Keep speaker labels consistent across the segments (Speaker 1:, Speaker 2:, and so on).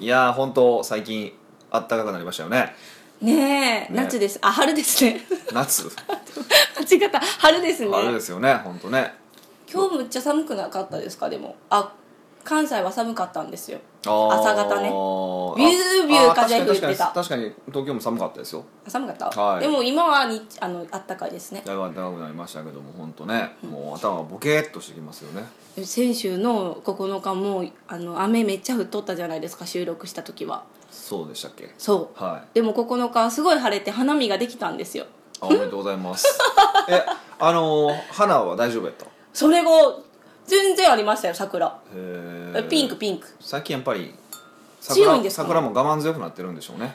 Speaker 1: いやー本当最近あったかくなりましたよ ね
Speaker 2: ねえ夏ですあ春ですね
Speaker 1: 夏
Speaker 2: 間違った春ですね
Speaker 1: あれですよね本当ね
Speaker 2: 今日むっちゃ寒くなかったですかでもあ関西は寒かったんですよ
Speaker 1: あー
Speaker 2: 朝
Speaker 1: あ
Speaker 2: 方ねビュービュー風吹いてた
Speaker 1: あー確かに確かに確かに東京も寒かったですよ
Speaker 2: あ寒かった、
Speaker 1: はい
Speaker 2: でも今はにあのあったかいですね
Speaker 1: だいぶ暖かくなりましたけども本当ね、もう頭がボケーっとしてきますよね
Speaker 2: 先週の9日もあの雨めっちゃ降っとったじゃないですか収録した時は
Speaker 1: そうでしたっ け
Speaker 2: そう
Speaker 1: はい
Speaker 2: でも9日はすごい晴れて花見ができたんですよ
Speaker 1: あおめでとうございますえあのー花は大丈夫やったへ
Speaker 2: それが全然ありましたよ桜
Speaker 1: ー
Speaker 2: ピンクピンク
Speaker 1: 最近やっぱり
Speaker 2: 強いんですかね
Speaker 1: 桜も我慢強くなってるんでしょうね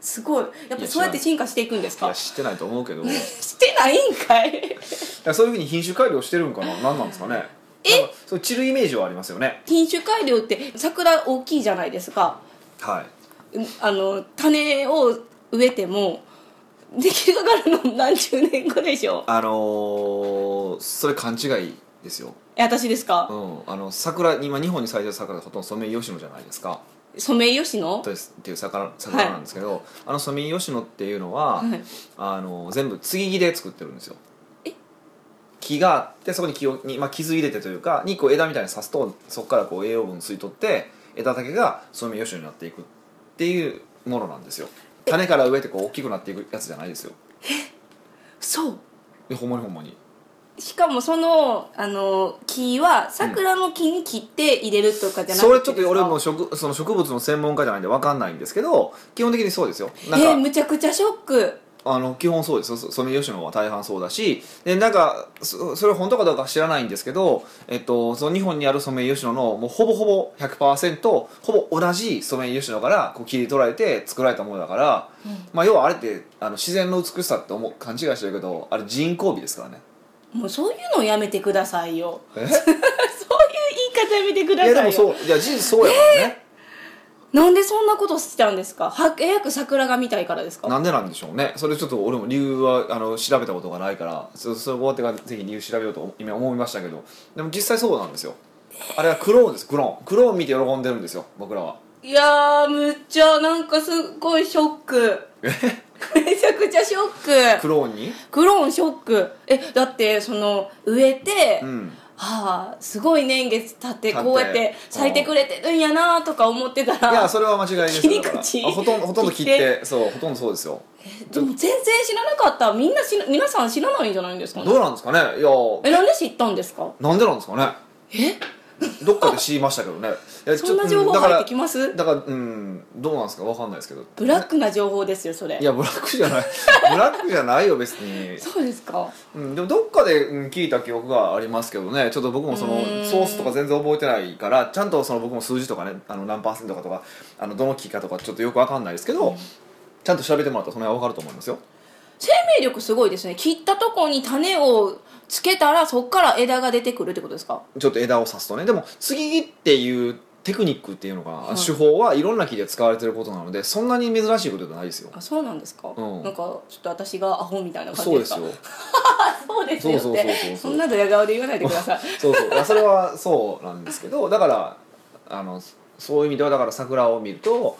Speaker 2: すごいやっぱそうやって進化していくんです
Speaker 1: い
Speaker 2: か
Speaker 1: や知ってないと思うけどい
Speaker 2: してないんかい
Speaker 1: やそういうふうに品種改良してるんかな何なんですかねえなんかそう散るイメージはありますよね
Speaker 2: 品種改良って桜大きいじゃないですか
Speaker 1: はいう
Speaker 2: あの種を植えても出来上がるの何十年後でしょ
Speaker 1: あのー、それ勘違いですよ、
Speaker 2: え私です
Speaker 1: う
Speaker 2: か
Speaker 1: ん、あの桜今日本に咲いてる桜ってほとんどソメイヨシノじゃないですか
Speaker 2: ソメイヨシノ
Speaker 1: ですっていう魚魚なんですけど、あのソメイヨシノっていうのは、
Speaker 2: はい
Speaker 1: あの全部継ぎ木で作ってるんですよ木があってそこに木をに、まあ、傷入れてというかにこう枝みたいに刺すとそこからこう栄養分吸い取って枝だけがソメイヨシノになっていくっていうものなんですよ種から植えてこう大きくなっていくやつじゃないですよ
Speaker 2: そう
Speaker 1: でほんまにほんまに
Speaker 2: しかもそのあの木は桜の木に切って入れるとかじゃなくて
Speaker 1: それちょっと俺
Speaker 2: ですか
Speaker 1: も植その植物の専門家じゃないんで分かんないんですけど基本的にそうですよなん
Speaker 2: え
Speaker 1: か、
Speaker 2: ーむちゃくちゃショック
Speaker 1: あの基本そうですよそソメイヨシノは大半そうだしでなんかそそれ本当かどうか知らないんですけど、えっと、その日本にあるソメイヨシノのもうほぼほぼ100%ほぼ同じソメイヨシノからこう切り取られて作られたものだから、まあ、要はあれってあの自然の美しさって思う勘違いしてるけどあれ人工美ですからね。
Speaker 2: もうそういうのをやめてくださいよ
Speaker 1: え
Speaker 2: そういう言い方やめてく
Speaker 1: い
Speaker 2: ださい
Speaker 1: やで
Speaker 2: よ
Speaker 1: もそういや事実そうやからね、
Speaker 2: なんでそんなことしちゃうんですかは早く桜が見たいからですか
Speaker 1: なんでなんでしょうねそれちょっと俺も理由はあの調べたことがないからそそこってかぜひ理由調べようと今思いましたけどでも実際そうなんですよあれはクローンですクローンクローン見て喜んでるんですよ僕らはい
Speaker 2: やーむっちゃなんかすっごいショックめちゃくちゃショッ
Speaker 1: ク
Speaker 2: ク
Speaker 1: ローンに
Speaker 2: クローンショックえだってその植えて、
Speaker 1: うん
Speaker 2: はあすごい年月経って
Speaker 1: 経って
Speaker 2: こうやって咲いてくれてるんやなとか思ってたら
Speaker 1: いやそれは間違いです
Speaker 2: 切り
Speaker 1: よだから
Speaker 2: 口
Speaker 1: あほとんどほとんど切って
Speaker 2: 切
Speaker 1: そうほとんどそうですよ
Speaker 2: でも全然知らなかったみんな知ら皆さん知らないんじゃないんですか
Speaker 1: ど
Speaker 2: ね
Speaker 1: うなんですかねいや
Speaker 2: えなんで知ったんですか
Speaker 1: なんでなんですかね
Speaker 2: え
Speaker 1: どっかで知りましたけどねいやちょ
Speaker 2: そんな情報
Speaker 1: うんだから
Speaker 2: 入ってきます
Speaker 1: だからうんどうなんですかわかんないですけど
Speaker 2: ブラックな情報ですよそれ
Speaker 1: いやブラックじゃないブラックじゃないよ別に
Speaker 2: そうですか
Speaker 1: うん、でもどっかでうん聞いた記憶がありますけどねちょっと僕もその
Speaker 2: うーん
Speaker 1: ソースとか全然覚えてないからちゃんとその僕も数字とかねあの何パーセントかとかあのどの木かとかちょっとよくわかんないですけど、ちゃんと調べてもらったらその辺はわかると思いますよ
Speaker 2: 生命力すごいですね切ったとこに種をつけたらそっから枝が出てくるってことですか
Speaker 1: ちょっと枝を刺すとねでも継ぎ木っていうテクニックっていうのが、
Speaker 2: い
Speaker 1: 手法はいろんな木で使われてることなのでそんなに珍しいことじゃないですよ
Speaker 2: あそうなんですか、
Speaker 1: うん
Speaker 2: なんかちょっと私がアホみたいな感
Speaker 1: そ
Speaker 2: じ
Speaker 1: う
Speaker 2: で
Speaker 1: です
Speaker 2: か
Speaker 1: すよ
Speaker 2: そうですよ
Speaker 1: そう
Speaker 2: っ
Speaker 1: そうそうそうそ
Speaker 2: て
Speaker 1: う
Speaker 2: そんなドヤ顔で言わないでください
Speaker 1: そうそういやそれはそうなんですけどだからあのそういう意味ではだから桜を見ると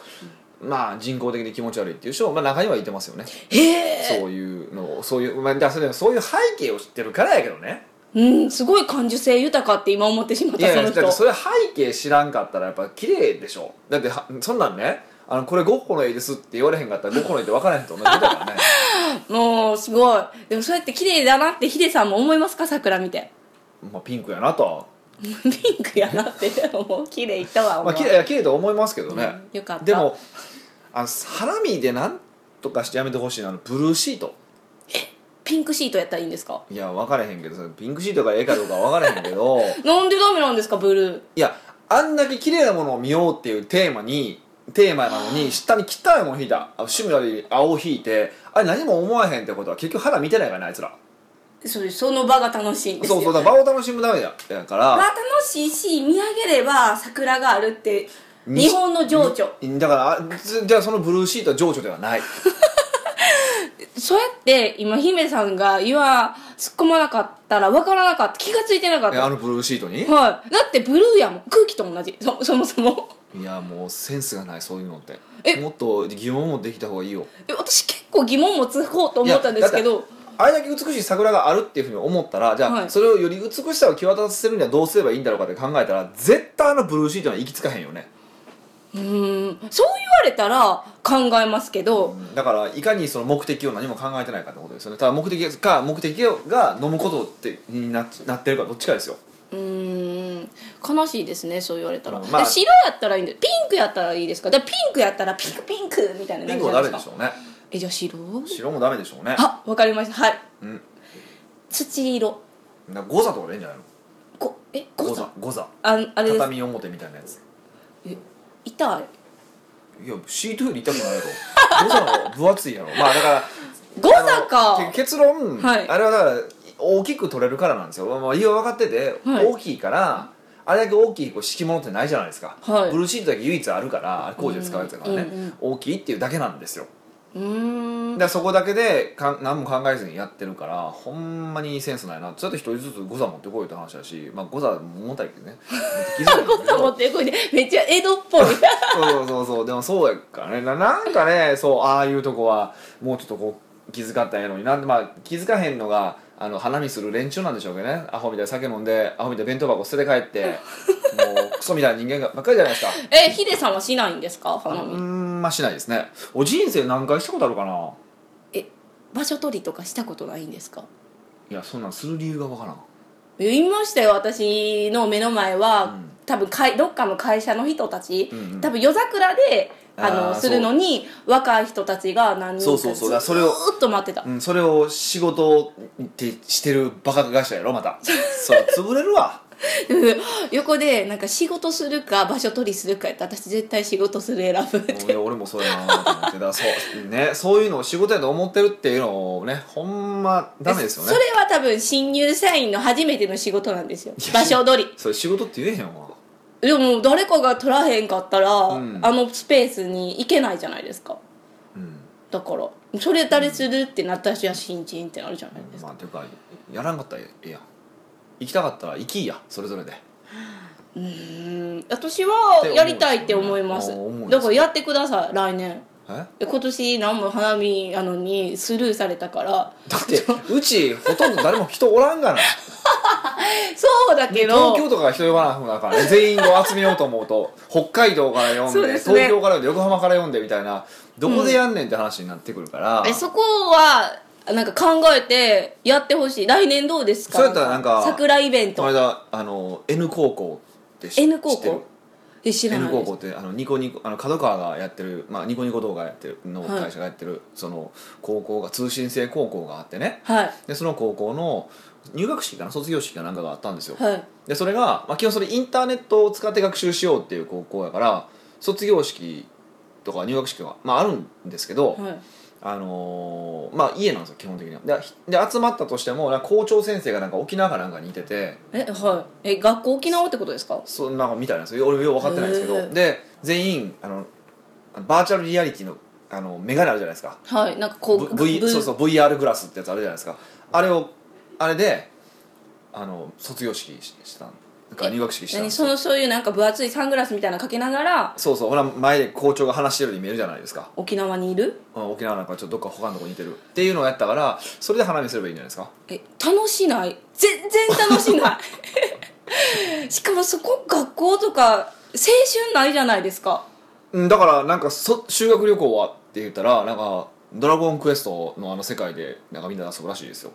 Speaker 1: まあ人工的に気持ち悪いっていう人も、まあ、中にはいてますよね
Speaker 2: へえ
Speaker 1: そういうのをそういう、まあ、だからそれでもそういう背景を知ってるからやけどね
Speaker 2: うんすごい感受性豊かって今思ってしまっ
Speaker 1: い
Speaker 2: た
Speaker 1: やい
Speaker 2: その
Speaker 1: やだって
Speaker 2: 人
Speaker 1: それ背景知らんかったらやっぱ綺麗でしょだってはそんなんねあのこれゴッホの絵ですって言われへんかったらゴッホの絵って分からへんと同じだからね
Speaker 2: もうすごいでもそうやって綺麗だなってヒデさんも思いますか桜見て
Speaker 1: まあピンクやなとは
Speaker 2: ピンクやなって思う綺麗とは思う、
Speaker 1: まあ綺麗いや綺麗と思いますけどね、
Speaker 2: うんよかった
Speaker 1: でもあのハラミでなんとかしてやめてほしいのはあのブルーシート
Speaker 2: ピンクシートやったらいいんですか
Speaker 1: いや分からへんけどそのピンクシートがええかどうか分からへんけ ど
Speaker 2: なんでダメなんですかブルー
Speaker 1: いやあんだけ綺麗なものを見ようっていうテーマにテーマなのに下に汚いもの引いたあ趣味より青を引いてあれ何も思わへんってことは結局腹見てないからねあいつら
Speaker 2: それその場が楽しいんですよ
Speaker 1: そうそうだから場を楽しむためだだから、
Speaker 2: まあ楽しいし見上げれば桜があるって
Speaker 1: に
Speaker 2: 日本の情緒
Speaker 1: だからあずじゃあそのブルーシートは情緒ではない
Speaker 2: そうやって今姫さんが今突っ込まなかったらわからなかった気がついてなかっ
Speaker 1: え
Speaker 2: た
Speaker 1: あ
Speaker 2: はい
Speaker 1: のブルーシートに
Speaker 2: だってブルーやもん空気と同じそそもそも
Speaker 1: いやもうセンスがないそういうのって
Speaker 2: え
Speaker 1: もっと疑問もできた方がいいよ
Speaker 2: え私結構疑問持つ方と思ったんですけ
Speaker 1: い
Speaker 2: ど
Speaker 1: あれだけ美しい桜があるっていうふうに思ったらじゃあ、
Speaker 2: はい
Speaker 1: それをより美しさを際立たせるにはどうすればいいんだろうかって考えたら絶対あのブルーシートには行き着かへんよね
Speaker 2: うーんそう言われたら考えますけど、
Speaker 1: だからいかにその目的を何も考えてないかってことですよねただ目的か目的が飲むことってになっなってるかどっちかですよ
Speaker 2: うーん悲しいですねそう言われたら、
Speaker 1: まあ
Speaker 2: で白やったらいいんでピンクやったらいいですかでピンクやったらピンクピンクみたいな
Speaker 1: ピン
Speaker 2: る
Speaker 1: ク
Speaker 2: じゃ
Speaker 1: は
Speaker 2: な
Speaker 1: ダ
Speaker 2: い
Speaker 1: メで
Speaker 2: ですか
Speaker 1: しょうね
Speaker 2: えじゃあ白
Speaker 1: 白もダメでしょうね
Speaker 2: あわかりましたはい
Speaker 1: うん
Speaker 2: 土色
Speaker 1: なゴザとかでいいんじゃないの
Speaker 2: こえゴザ
Speaker 1: ゴザ
Speaker 2: ああれです
Speaker 1: 畳表みたいなやつ
Speaker 2: え痛い
Speaker 1: いやシートより痛くないやろゴザの方が分厚いやろまあだから
Speaker 2: ゴザ
Speaker 1: あの
Speaker 2: か
Speaker 1: け結論、
Speaker 2: はい
Speaker 1: あれはだから大きく取れるからなんですよ、まあ、理由は分かってて、
Speaker 2: はい
Speaker 1: 大きいからあれだけ大きいこう敷物ってないじゃないですか、
Speaker 2: はい
Speaker 1: ブルーシートだけ唯一あるからあれ工事で使うやつだからね、
Speaker 2: うんうんうん
Speaker 1: 大きいっていうだけなんですよ
Speaker 2: うー
Speaker 1: だ
Speaker 2: ん
Speaker 1: からそこだけでかん何も考えずにやってるからほんまにセンスないなちょっと一人ずつ誤差持ってこいって話だしまあ誤差重たい けどね持ってきづらいけど
Speaker 2: ゴザ持ってこいでめっちゃ江戸っ ぽい
Speaker 1: そうそうそうそうでもそうやからねななんかねそうああいうとこはもうちょっとこう気づかったんやのになんでまあ気づかへんのがあの花見する連中なんでしょうけどねアホみたいに酒飲んでアホみたいに弁当箱捨てて帰ってもうクソみたいな人間がばっかりじゃないですか
Speaker 2: えヒデさんはしないんですか
Speaker 1: う
Speaker 2: 花見、
Speaker 1: ーんまあしないですねお人生何回したことあるかな
Speaker 2: え場所取りとかしたことないんですか
Speaker 1: いやそんなんする理由がわからん
Speaker 2: 言いましたよ私の目の前は、
Speaker 1: うん
Speaker 2: 多分かいどっかの会社の人たち、
Speaker 1: うんうん
Speaker 2: 多分夜桜であの
Speaker 1: あー
Speaker 2: するのに若い人たちが何人か
Speaker 1: そうそう
Speaker 2: ず
Speaker 1: そうだからそれを
Speaker 2: ーっと待ってた
Speaker 1: うん、それを仕事ってしてるバカ会社やろまたそう潰れるわ
Speaker 2: 横でなんか仕事するか場所取りするかやったら私絶対仕事する選 ぶって
Speaker 1: いや俺もそうやなと思ってだからそう,、ね、そういうのを仕事やと思ってるっていうのをねほんまダメですよね
Speaker 2: それは多分新入社員の初めての仕事なんですよ
Speaker 1: いや
Speaker 2: 場所取り
Speaker 1: それ仕事って言えへんわ
Speaker 2: でも誰かが取らへんかったら、
Speaker 1: ん
Speaker 2: あのスペースに行けないじゃないですか
Speaker 1: うん
Speaker 2: だからそれ誰するってなった人は新人ってなるじゃないです
Speaker 1: ま
Speaker 2: か、
Speaker 1: あていうかやらんかったらええやん行きたかったら行きいやそれぞれで
Speaker 2: うーん私はやりたいって思います
Speaker 1: って思うんですよねあー思うんです
Speaker 2: だからやってください来年
Speaker 1: え
Speaker 2: で今年何も花見なのにスルーされたから
Speaker 1: だってうちほとんど誰も人おらんがな
Speaker 2: そうだ けど
Speaker 1: 東京とかが人呼ばなくなるからね全員を集めようと思うと北海道から呼ん
Speaker 2: そう
Speaker 1: で
Speaker 2: ですね
Speaker 1: 東京から呼んで横浜から呼んでみたいなどこでやんねんって話になってくるから、
Speaker 2: えそこはなんか考えてやってほしい来年どうですか
Speaker 1: そうやったらなんか
Speaker 2: 桜イベン
Speaker 1: この
Speaker 2: ト
Speaker 1: 間あの N 高校って知
Speaker 2: N 高
Speaker 1: 知ってる
Speaker 2: 校え知ら
Speaker 1: N
Speaker 2: ない
Speaker 1: 高
Speaker 2: で
Speaker 1: 校
Speaker 2: す
Speaker 1: ってあのニコニコあの角川がやってる、まあ、ニコニコ動画やってるの会社がやってる、その高校が通信制高校があってね
Speaker 2: はい
Speaker 1: でその高校の入学式かな卒業式かなんかがあったんですよ、
Speaker 2: はい
Speaker 1: でそれが、まあ、基本それインターネットを使って学習しようっていう高校やから卒業式とか入学式は、まあ、あるんですけど、
Speaker 2: はい
Speaker 1: あのーまあ家なんですよ基本的にはでで集まったとしてもなんか校長先生がなんか沖縄かなんかにいてて
Speaker 2: えはいえ学校沖縄ってことですか
Speaker 1: そんなのみたいなんですよ俺よう分かってないんですけ
Speaker 2: へ
Speaker 1: ど
Speaker 2: ー
Speaker 1: で全員あのバーチャルリアリティのあの眼鏡あるじゃないですか、
Speaker 2: はいなんかこう
Speaker 1: v
Speaker 2: ぶ
Speaker 1: そうそう VR グラスってやつあるじゃないですかあれをあれであの卒業式ししたんなんか
Speaker 2: え
Speaker 1: 入学式したん
Speaker 2: 何
Speaker 1: です
Speaker 2: そ
Speaker 1: よ
Speaker 2: のそういうなんか分厚いサングラスみたいなのかけながら
Speaker 1: そうそうほら前で校長が話してるように見えるじゃないですか、
Speaker 2: 沖縄にいる
Speaker 1: うん、沖縄なんかちょっとどっか他のとこに似てるっていうのをやったからそれで花見すればいいんじゃないですか
Speaker 2: え楽しない全然楽しない しかもそこ学校とか青春ないじゃないですか
Speaker 1: うんだからなんかそ修学旅行はって言ったらなんか「ドラゴンクエスト」のあの世界でなんかみんな遊ぶらしいですよ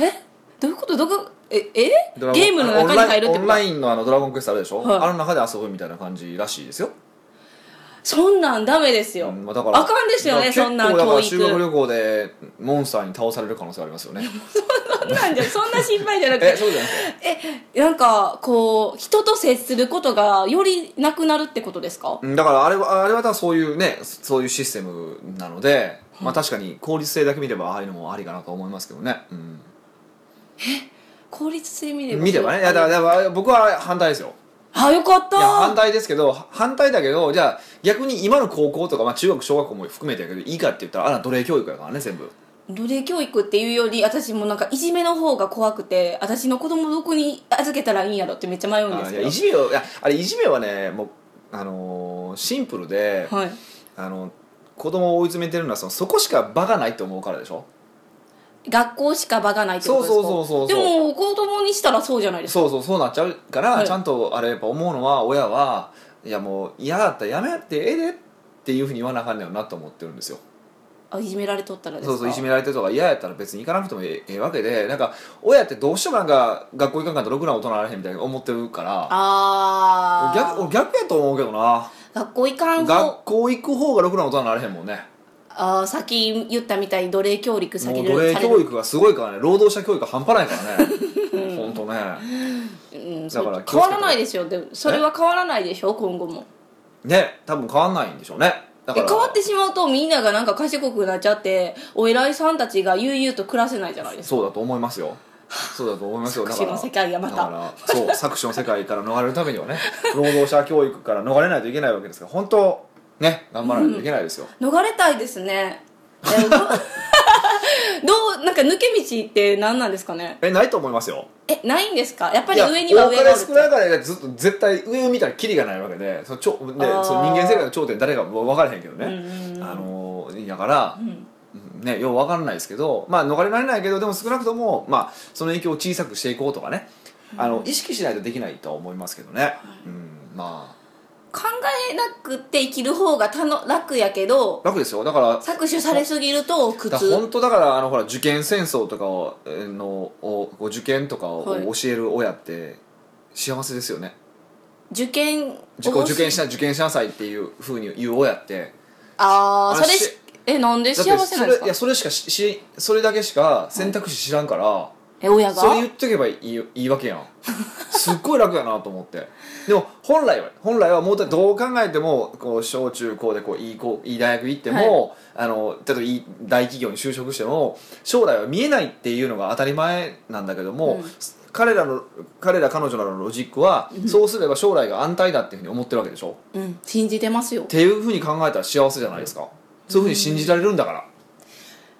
Speaker 2: えどういうことどこええ
Speaker 1: ドラゴン
Speaker 2: ゲームの中に入るって
Speaker 1: オ
Speaker 2: こ
Speaker 1: ン
Speaker 2: と
Speaker 1: ラインオンラインのあのドラゴンクエストあるでしょ、
Speaker 2: はい
Speaker 1: あの中で遊ぶみたいな感じらしいですよ、
Speaker 2: そんなんダメですよ、
Speaker 1: うんまあ、だから
Speaker 2: あかんですよね
Speaker 1: だから
Speaker 2: そんな
Speaker 1: 結構だか
Speaker 2: 教
Speaker 1: ら
Speaker 2: 育
Speaker 1: 修学旅行でモンスターに倒される可能性あり ますよね
Speaker 2: そんなんじゃそんな心配じゃなく
Speaker 1: え
Speaker 2: て
Speaker 1: そうじゃなくて
Speaker 2: えなんかこう人と接することがよりなくなるってことですか
Speaker 1: うんだからあれはあれはただそういうねそういうシステムなので、まあ確かに効率性だけ見ればああいうのもありかなと思いますけどね、うん、
Speaker 2: 効率性見れば
Speaker 1: 見ればねいやだからだから僕は反対ですよ
Speaker 2: あよかっ
Speaker 1: いや反
Speaker 2: た
Speaker 1: 対ですけど反対だけどじゃあ逆に今の高校とか、まあ、中学小学校も含めてやけどいいかって言ったらあら奴隷教育やからね全部
Speaker 2: 奴隷教育っていうより私もなんかいじめの方が怖くて私の子供どこに預けたらいいんやろってめっちゃ迷うんで
Speaker 1: あい
Speaker 2: すけ
Speaker 1: や
Speaker 2: ど
Speaker 1: いじめをいやあれいじめはねもうあのーシンプルで、
Speaker 2: はい
Speaker 1: あの子供を追い詰めてるのはそのそこしか場がないと思うからでしょ
Speaker 2: 学校しか場がないってことですか
Speaker 1: そうそうそうそうそう
Speaker 2: でも子供にしたらそうじゃないですか
Speaker 1: そうそうそうなっちゃうから、
Speaker 2: はい
Speaker 1: ちゃんとあれやっぱ思うのは親はいやもう嫌だったらやめてええでっていうふうに言わなあかんねんなと思ってるんですよ
Speaker 2: あいじめられとったらですか
Speaker 1: そうそういじめられてるとか嫌やったら別に行かなくてもええええわけでなんか親ってどうしてもなんか学校行かんかったらろくな大人ならへんみたいに思ってるから
Speaker 2: ああ
Speaker 1: 逆俺逆やと思うけどな
Speaker 2: 学校行かんと
Speaker 1: 学校行く方がろくな大人になれへんもんね
Speaker 2: あーさっき言ったみたいに奴隷教育さ
Speaker 1: もう
Speaker 2: れる
Speaker 1: 奴隷
Speaker 2: される
Speaker 1: 教育がすごいからね労働者教育が半端ないからね本当ね
Speaker 2: うん、
Speaker 1: だから
Speaker 2: そう変わらないですよでもそれは変わらないでしょ今後も
Speaker 1: ね多分変わんないんでしょうねだか
Speaker 2: え
Speaker 1: ら
Speaker 2: 変わってしまうとみんながなんか賢くなっちゃってお偉いさんたちが悠々と暮らせないじゃないですか
Speaker 1: そうだと思いますよそうだと思いますよだか
Speaker 2: 搾取の
Speaker 1: ら
Speaker 2: 世界がま
Speaker 1: だ
Speaker 2: た
Speaker 1: からそう搾取の世界から逃れるためにはね労働者教育から逃れないといけないわけですから本当ね頑張らないといけないですよ、
Speaker 2: 逃れたいですねえどどうなんか抜け道って何なんですかね
Speaker 1: えないと思いますよ
Speaker 2: えないんですかやっぱ
Speaker 1: い
Speaker 2: り
Speaker 1: や
Speaker 2: 上には上がある
Speaker 1: 多かれ少なかれがずっと絶対上を見たらキリがないわけでそのちょでその人
Speaker 2: あー
Speaker 1: 間世界の頂点誰か分からへんけどね、
Speaker 2: うんうん
Speaker 1: あのーだから
Speaker 2: う、ん
Speaker 1: ね、よう分からないですけど、まあ、逃れられないけどでも少なくとも、まあ、その影響を小さくしていこうとかねあの意識しないとできないとは思いますけどね、うん、ま
Speaker 2: 考えなくて生きる方がたの楽やけど
Speaker 1: あ楽ですよだから
Speaker 2: 搾取されすぎると苦
Speaker 1: だ
Speaker 2: 痛
Speaker 1: から本当だからあのほら受験戦争とかをえーのをこう受験とかを
Speaker 2: はい
Speaker 1: 教える親って幸せですよね、
Speaker 2: 受験を
Speaker 1: 自己受験しな受験しなさいっていうふうに言う親って
Speaker 2: ああ
Speaker 1: あれ
Speaker 2: それし
Speaker 1: し
Speaker 2: えなんで
Speaker 1: だっ
Speaker 2: 幸
Speaker 1: て
Speaker 2: せ
Speaker 1: そ
Speaker 2: なん
Speaker 1: れ
Speaker 2: です
Speaker 1: いや
Speaker 2: か
Speaker 1: それしかししそれだけしか選択肢知らんから、
Speaker 2: え親が
Speaker 1: それ言っとけばいいいいわけ やんすっごい楽やなと思ってでも本来は本来はもうだどう考えてもこう小中高でこういいこういい大学行っても、あの例えばいい大企業に就職しても将来は見えないっていうのが当たり前なんだけども、
Speaker 2: うん
Speaker 1: 彼らの彼ら彼女らのロジックは、そうすれば将来が安泰だっていうふうに思ってるわけでしょ
Speaker 2: うん信じてますよ
Speaker 1: っていうふうに考えたら幸せじゃないですかそういうふうに信じられるんだから、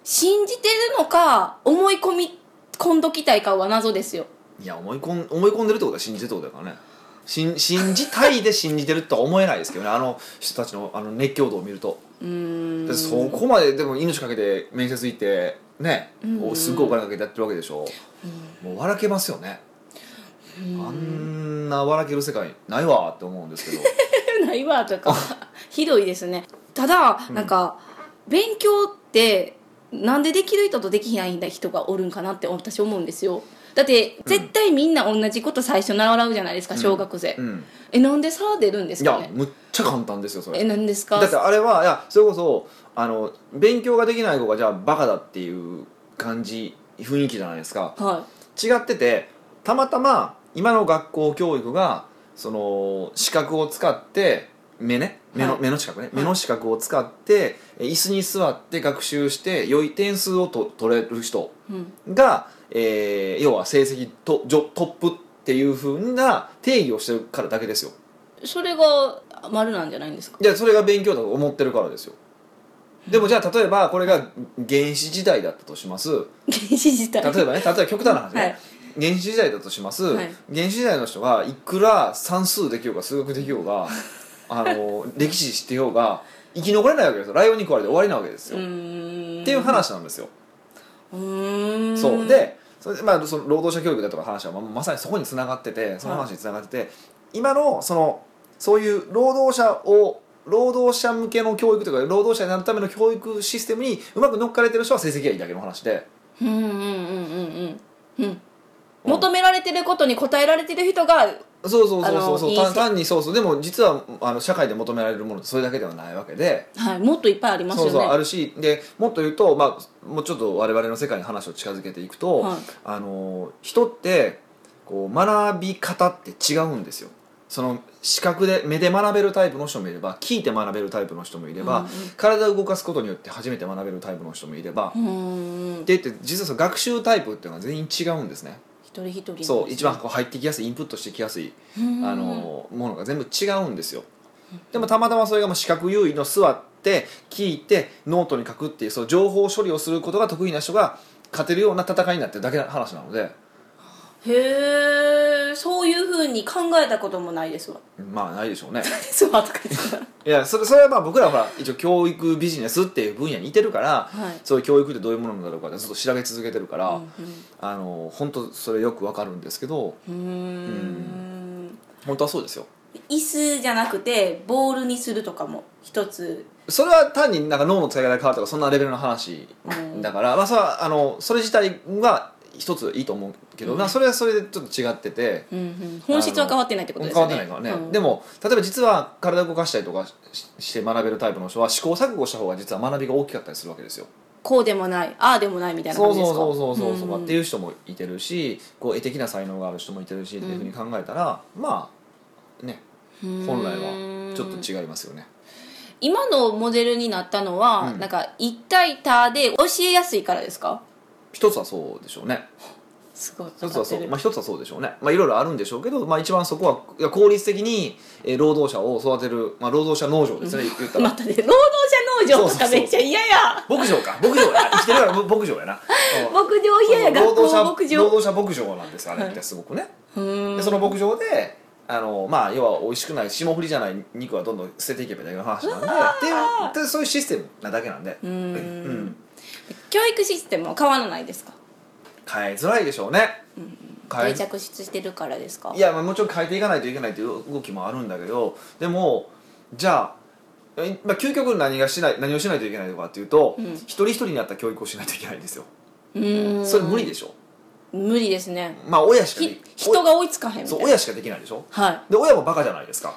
Speaker 2: 信じてるのか思い込み込んどきたいかは謎ですよ
Speaker 1: いや思い込ん思い込んでるってことは信じてるってことだからね信信じたいで信じてるとは思えないですけどねあの人たちのあの熱狂度を見ると、
Speaker 2: うー
Speaker 1: で
Speaker 2: ん
Speaker 1: そこまででも命かけて面接行ってね、おすごいお金かけてやってるわけでしょ、もう笑けますよね、あんな笑ける世界ないわって思うんですけど
Speaker 2: ないわとかひどいですねただ、なんか勉強ってなんでできる人とできない人がおるんかなって私思うんですよだって絶対みんな同じこと最初習うじゃないですか小学生、
Speaker 1: うん
Speaker 2: えなんで差出るんで
Speaker 1: い
Speaker 2: すか
Speaker 1: や
Speaker 2: ね
Speaker 1: むっちゃ簡単ですよそれ
Speaker 2: えなんですか
Speaker 1: だってあれはいやそれこそあの勉強ができない子がじゃあバカだっていう感じ雰囲気じゃないですか
Speaker 2: は
Speaker 1: 違っててたまたま今の学校教育がその視覚を使って目ね目の,、
Speaker 2: はい
Speaker 1: 目の視覚ね目の視覚を使ってえ椅子に座って学習して良い点数をと取れる人
Speaker 2: い、うん、
Speaker 1: が、えー要は成績とジョトップっていうふうな定義をしてるからだけですよ
Speaker 2: それが丸なんじゃないんですか
Speaker 1: じゃそれが勉強だと思ってるからですよでもじゃあ例えばこれが原始時代だったとします
Speaker 2: 原始自体
Speaker 1: 例えばね例えば極端な話ね、
Speaker 2: はい
Speaker 1: 原始時代だとします、
Speaker 2: はい
Speaker 1: 原始時代の人がいくら算数できようが数学できよう があの歴史知ってようが生き残れないわけですよライオンに食われて終わりなわけです
Speaker 2: う
Speaker 1: よ、
Speaker 2: ーん
Speaker 1: っていう話なんですよ、
Speaker 2: うーん
Speaker 1: そうでそれで、まあ、その労働者教育だとか話はままさにそこにつながっててその話につながってて、今のそのそういう労働者を労働者向けの教育とか労働者になるための教育システムにうまく乗っかれてる人は成績がいいだけの話で
Speaker 2: うんうんうんうんうんうん求められてることに応えられてる人が
Speaker 1: そうそうそうそうそう
Speaker 2: あのいい
Speaker 1: 単
Speaker 2: せ
Speaker 1: 単にそうそうでも実はあの社会で求められるものってそれだけではないわけで、
Speaker 2: はい、もっといっぱいありますよ
Speaker 1: そう
Speaker 2: ね。
Speaker 1: そうあるしでもっと言うと、まあ、もうちょっと我々の世界に話を近づけていくと、
Speaker 2: はい
Speaker 1: あの人ってこう学び方って違うんですよ。その視覚で目で学べるタイプの人もいれば聞いて学べるタイプの人もいれば、
Speaker 2: うんうん
Speaker 1: 体を動かすことによって初めて学べるタイプの人もいれば、
Speaker 2: うーん
Speaker 1: でって実はその学習タイプっていうのは全員違うんですね。
Speaker 2: 一人一人に
Speaker 1: そう一番こう入ってきやすいインプットしてきやすい
Speaker 2: うん
Speaker 1: あのものが全部違うんですよでもたまたまそれがもう視覚優位の座って聞いてノートに書くっていうその情報処理をすることが得意な人が勝てるような戦いになってるだけの話なので
Speaker 2: へえそういうふうに考えたこともないですわ
Speaker 1: まあないでしょうね
Speaker 2: ですわとか言ってたら
Speaker 1: いやそれそれはまあ僕らはほら一応教育ビジネスっていう分野にいてるから、
Speaker 2: はい
Speaker 1: そういう教育ってどういうものなんだろうかってずっと調べ続けてるから、
Speaker 2: う
Speaker 1: あの本当それよくわかるんですけど
Speaker 2: んうんうーん
Speaker 1: 本当はそうですよ
Speaker 2: 椅子じゃなくてボールにするとかも一つ
Speaker 1: それは単になんか脳の使い方が変わるとかそんなレベルの話
Speaker 2: うん
Speaker 1: だから、まあそれはあのそれ自体は一ついいと思うけど、
Speaker 2: うん
Speaker 1: まあそれはそれでちょっと違ってて。
Speaker 2: うんうん本質は変わってないってことです
Speaker 1: 変わ
Speaker 2: よ
Speaker 1: っ
Speaker 2: ね
Speaker 1: てないからね、
Speaker 2: うん
Speaker 1: でも例えば実は体を動かしたりとかしして学べるタイプの人は試行錯誤した方が実は学びが大きかったりするわけですよ。
Speaker 2: こうでもないああでもないみたいな
Speaker 1: そ
Speaker 2: 感
Speaker 1: う
Speaker 2: じです
Speaker 1: そう
Speaker 2: か
Speaker 1: そうそうそうそう、
Speaker 2: ん
Speaker 1: っていう人もいてるしこう絵的な才能がある人もいてるしっていうふうに考えたら、まあね本来はちょっと
Speaker 2: うん
Speaker 1: 違いますよね。
Speaker 2: 今のモデルになったのは、
Speaker 1: うん
Speaker 2: なんか一対多で教えやすいからですか
Speaker 1: 一つはそうでしょうね
Speaker 2: すごい
Speaker 1: 一つはそう、
Speaker 2: わ
Speaker 1: ま
Speaker 2: か
Speaker 1: あ、
Speaker 2: っ
Speaker 1: 一つはそうでしょうね、まあ、いろいろあるんでしょうけど、まあ、一番そこはいや効率的にえー労働者を育てる、まあ、労働者農場ですね言って た
Speaker 2: るま
Speaker 1: ら
Speaker 2: たね労働者農場とかめっちゃ嫌や
Speaker 1: 牧場か牧場や生きてるからぼ牧場やなうん
Speaker 2: 牧場嫌や
Speaker 1: 労
Speaker 2: 学
Speaker 1: 働者
Speaker 2: 校牧
Speaker 1: 労
Speaker 2: 場
Speaker 1: 働者牧場なんですあれってすごくね、
Speaker 2: うー
Speaker 1: で
Speaker 2: ん
Speaker 1: その牧場であのまあ要は美味しくない霜降りじゃない肉はどんどん捨てていけばいいだけの話なんでっていうでそういうシステムなだけなんで、
Speaker 2: うーん
Speaker 1: うん
Speaker 2: 教育システムは変わらないですか
Speaker 1: 変えづらいでしょうね、変え
Speaker 2: 定着してるからですか
Speaker 1: いやまあもちろん変えていかないといけないという動きもあるんだけどでもじゃあ、えまあ、究極何がしない何をしないといけないのかっていうと、
Speaker 2: うん
Speaker 1: 一人一人に合った教育をしないといけないんですよ
Speaker 2: うーん
Speaker 1: それ無理でしょ
Speaker 2: 無理ですね
Speaker 1: まあ親しかで
Speaker 2: ひ人が追いつかへんみた
Speaker 1: そ
Speaker 2: いうな
Speaker 1: 親しかできないでしょ
Speaker 2: はい
Speaker 1: で親もバカじゃないですか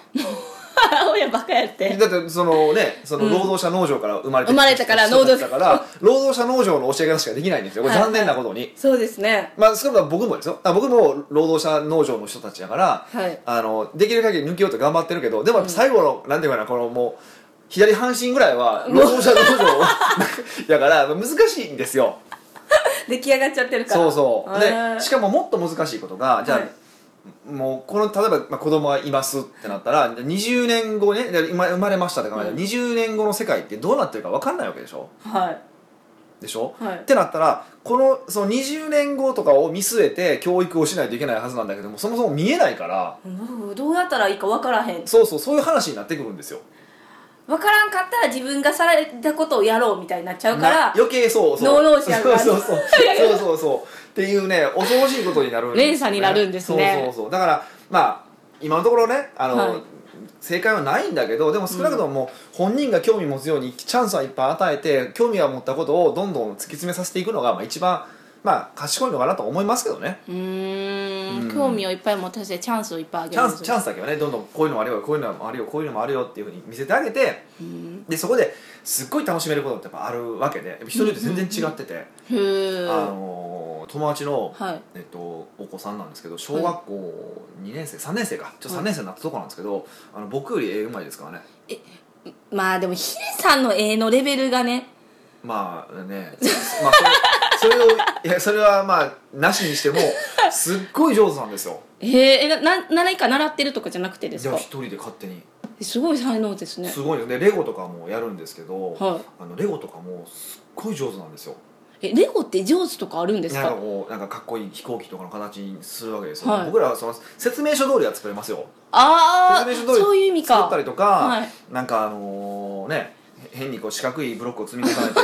Speaker 2: 親バカやって
Speaker 1: だってそのねその労働者農場から生まれてき
Speaker 2: 生まれたから
Speaker 1: 人たち
Speaker 2: 農
Speaker 1: だ
Speaker 2: 場
Speaker 1: から労働者農場の教え方しかできないんですよこれ
Speaker 2: はい
Speaker 1: 残念なことに、
Speaker 2: そうですね
Speaker 1: まあ少なくとも僕もですよあ僕も労働者農場の人たちだから、
Speaker 2: はい
Speaker 1: あのできる限り抜けようと頑張ってるけどでもやっぱ最後の、なんていうかなこのもう左半身ぐらいは労働者農 場だから難しいんですよ
Speaker 2: 出来上がっちゃってるから
Speaker 1: そうそう
Speaker 2: へー
Speaker 1: でしかももっと難しいことがじゃあ、
Speaker 2: はい
Speaker 1: もうこの例えば、まあ、子供がいますってなったら20年後ねで今生まれましたって考えたら、
Speaker 2: うん
Speaker 1: 20年後の世界ってどうなってるか分かんないわけでしょ
Speaker 2: はい
Speaker 1: でしょ、
Speaker 2: はい
Speaker 1: ってなったらこのその20年後とかを見据えて教育をしないといけないはずなんだけどもそもそも見えないから
Speaker 2: うんどうやったらいいか分からへん
Speaker 1: そうそうそういう話になってくるんですよ
Speaker 2: 分からんかったら自分がされたことをやろうみたいになっちゃうか
Speaker 1: な
Speaker 2: ら
Speaker 1: 余計そうそう
Speaker 2: 能々しや
Speaker 1: そ
Speaker 2: が
Speaker 1: う
Speaker 2: る
Speaker 1: そうそうそうそうそうっていうね恐ろしいことになるんですよね
Speaker 2: 連鎖になるんですね
Speaker 1: そうそうそうだからまあ今のところねあの、
Speaker 2: はい
Speaker 1: 正解はないんだけどでも少なくとももう本人が興味持つようにチャンスはいっぱい与えて興味が持ったことをどんどん突き詰めさせていくのが、まあ、一番まあ賢いのかなと思いますけどね
Speaker 2: うー
Speaker 1: うん
Speaker 2: ん興味をいっぱい持たせてチャンスをいっぱいあげ
Speaker 1: チャ
Speaker 2: る
Speaker 1: ンスチャンスだけはねどんどんこういうのもあるよこういうのもあるよこういうのもあるよっていうふうに見せてあげて
Speaker 2: うん
Speaker 1: でそこですっごい楽しめることってやっぱあるわけでやっぱ人によって全然違ってて、
Speaker 2: ふー
Speaker 1: あのー友達の、
Speaker 2: はい
Speaker 1: えっと、お子さんなんですけど小学校2年生3年生かちょっと3年生になったとこなんですけど、あの僕より絵うまいですからね
Speaker 2: まあでもヒデさんの絵のレベルがね
Speaker 1: まあね、 まあ、それそれをいやそれはまあなしにしても すっごい上手なんですよ
Speaker 2: えー、えなな何か習ってるとかじゃなくてです
Speaker 1: じゃあ
Speaker 2: か
Speaker 1: 一人で勝手に
Speaker 2: すごい才能ですね
Speaker 1: すごいよねレゴとかもやるんですけど、
Speaker 2: はい
Speaker 1: あのレゴとかもすっごい上手なんですよ
Speaker 2: えレゴって上手とかあるんです
Speaker 1: なんか
Speaker 2: か
Speaker 1: こうなんかかっこいい飛行機とかの形にするわけですよ、
Speaker 2: はい
Speaker 1: 僕らはその説明書通りは作れますよ
Speaker 2: ああ
Speaker 1: 説明書通り
Speaker 2: そういう意味
Speaker 1: 作った
Speaker 2: か
Speaker 1: りとか、
Speaker 2: はい
Speaker 1: なんかあのねへ変にこう四角いブロックを積み重ねて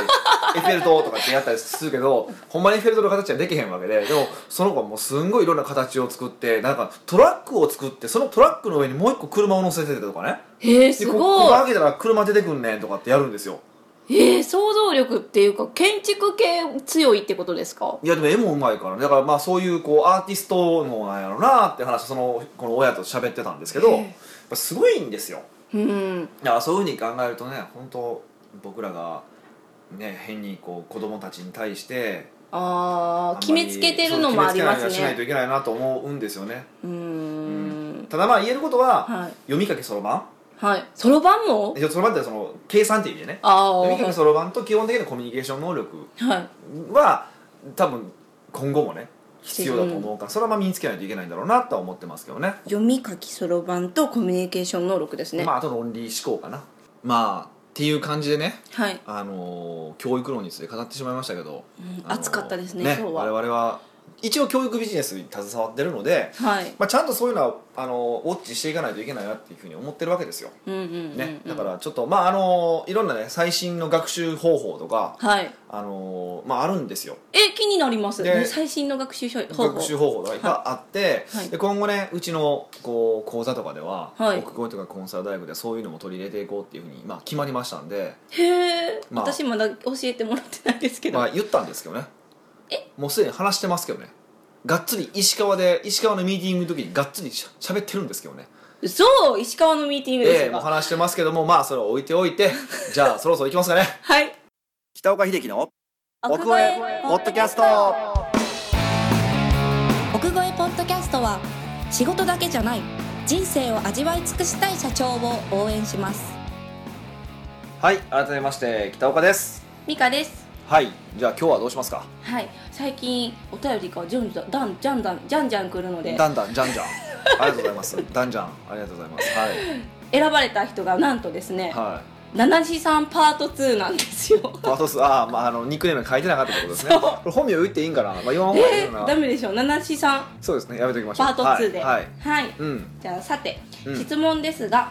Speaker 1: エッフェル塔とかってやったりするけどほんまにエッフェル塔の形はできへんわけででもその子はもうすんごいいろんな形を作ってなんかトラックを作ってそのトラックの上にもう一個車を乗せてたとかね
Speaker 2: えー、
Speaker 1: ですこここ
Speaker 2: ごい
Speaker 1: 開けたら車出てくんねんとかってやるんですよ
Speaker 2: えー、想像力っていうか建築系強いってことですか
Speaker 1: いやでも絵もうまいからねだからまあそういうこうアーティストのなんやろうなって話をそのこの親と喋ってたんですけど
Speaker 2: へえ
Speaker 1: やっぱすごいんですよ
Speaker 2: うん
Speaker 1: だからそういうふうに考えるとね本当僕らがね変にこう子供たちに対してあん
Speaker 2: あ
Speaker 1: ま
Speaker 2: あ
Speaker 1: り
Speaker 2: 決めつけてるのもあります
Speaker 1: そう決めつけないようにはしないと
Speaker 2: ね
Speaker 1: いけないなと思うんですよね
Speaker 2: うーん
Speaker 1: ただまあ言えることは、
Speaker 2: はい
Speaker 1: 読み書きそろば
Speaker 2: はいそろばんも
Speaker 1: んそろばんってその計算っていう意味でね
Speaker 2: ああ
Speaker 1: 読み書
Speaker 2: は
Speaker 1: き
Speaker 2: い
Speaker 1: そろばんと基本的なコミュニケーション能力
Speaker 2: はい
Speaker 1: は多分今後もね必要だと思うからそれはまあ身につけないといけないんだろうなとは思ってますけどね
Speaker 2: 読み書きそろばんとコミュニケーション能力ですね、
Speaker 1: まああと論理思考かなまあっていう感じでね
Speaker 2: はい
Speaker 1: あのー教育論について語ってしまいましたけど、
Speaker 2: ん
Speaker 1: あのー
Speaker 2: 熱かったですね今日は
Speaker 1: 我々は一応教育ビジネスに携わってるので、
Speaker 2: はい
Speaker 1: まあ、ちゃんとそういうのはあのウォッチしていかないといけないなっていうふうに思ってるわけですよ、
Speaker 2: うんうんうんうん
Speaker 1: ね、だからちょっとまああのいろんなね最新の学習方法とか
Speaker 2: はい
Speaker 1: あのまああるんですよ
Speaker 2: え気になります、
Speaker 1: で
Speaker 2: ね、最新の学習方法
Speaker 1: 学習方法とかいっぱいあって、
Speaker 2: はい
Speaker 1: で今後ねうちのこう講座とかでは、
Speaker 2: はい
Speaker 1: 国語とかコンサル大学でそういうのも取り入れていこうっていうふうに、まあ、決まりましたんで、
Speaker 2: へえ、
Speaker 1: まあ
Speaker 2: 私まだ教えてもらってないですけど、
Speaker 1: まあ、言ったんですけどね
Speaker 2: え
Speaker 1: もうすでに話してますけどねがっつり石川で石川のミーティングの時にがっつりしゃ喋ってるんですけどね
Speaker 2: そう石川のミーティングで
Speaker 1: え
Speaker 2: す
Speaker 1: えもう
Speaker 2: が、
Speaker 1: 話してますけどもまあそれを置いておい てじゃあそろそろ行きますかね
Speaker 2: はい
Speaker 1: 北岡秀樹の奥越えポッドキャスト
Speaker 2: 奥越えポッドキャストは仕事だけじゃない人生を味わい尽くしたい社長を応援します
Speaker 1: はい改めまして北岡です
Speaker 2: ミカです
Speaker 1: はいじゃあ今日はどうしますか
Speaker 2: はい最近お便りがじゃんじゃんだんじゃんだんじゃんじゃん来るので
Speaker 1: だんだんじゃんじゃんありがとうござい ますだんじゃんありがとうございますはい、
Speaker 2: 選ばれた人がなんとですね
Speaker 1: は
Speaker 2: 七七さんパート2なんですよ
Speaker 1: い、パートスああまああのニックネーム書いてなかったってことですね
Speaker 2: そう
Speaker 1: これ本名言っていいんかな、まあ、今本
Speaker 2: え
Speaker 1: 名
Speaker 2: ー、
Speaker 1: な、
Speaker 2: ダメでしょ七七さん
Speaker 1: そうですねやめておきましょう
Speaker 2: パート2で
Speaker 1: はい、はい
Speaker 2: はい
Speaker 1: うん
Speaker 2: じゃあさて、
Speaker 1: うん
Speaker 2: 質問ですが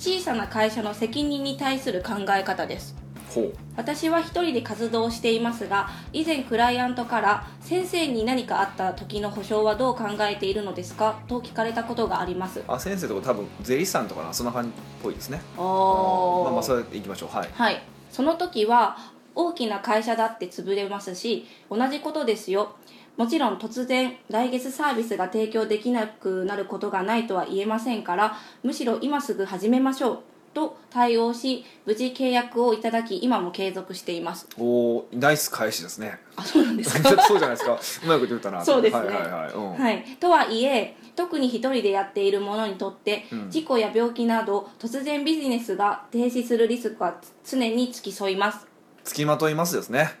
Speaker 2: 小さな会社の責任に対する考え方です
Speaker 1: ほう
Speaker 2: 私は一人で活動していますが以前クライアントから「先生に何かあった時の保証はどう考えているのですか?」と聞かれたことがあります
Speaker 1: あ先生とか多分税理士さんとかなそんな感じっぽいですね
Speaker 2: おー
Speaker 1: まあまあそれでいきましょうはい
Speaker 2: はいその時は大きな会社だって潰れますし同じことですよもちろん突然来月サービスが提供できなくなることがないとは言えませんからむしろ今すぐ始めましょうと対応し無事契約をいただき今も継続しています
Speaker 1: おおナイス返しですね
Speaker 2: あそうなんです
Speaker 1: ち
Speaker 2: か
Speaker 1: ょっと そうじゃないですかうまいこと言ったな
Speaker 2: そうですね
Speaker 1: はいはいはい、うん
Speaker 2: はい、とはいえ特に一人でやっているものにとって、
Speaker 1: うん
Speaker 2: 事故や病気など突然ビジネスが停止するリスクは常に付き添います
Speaker 1: つきまといますですね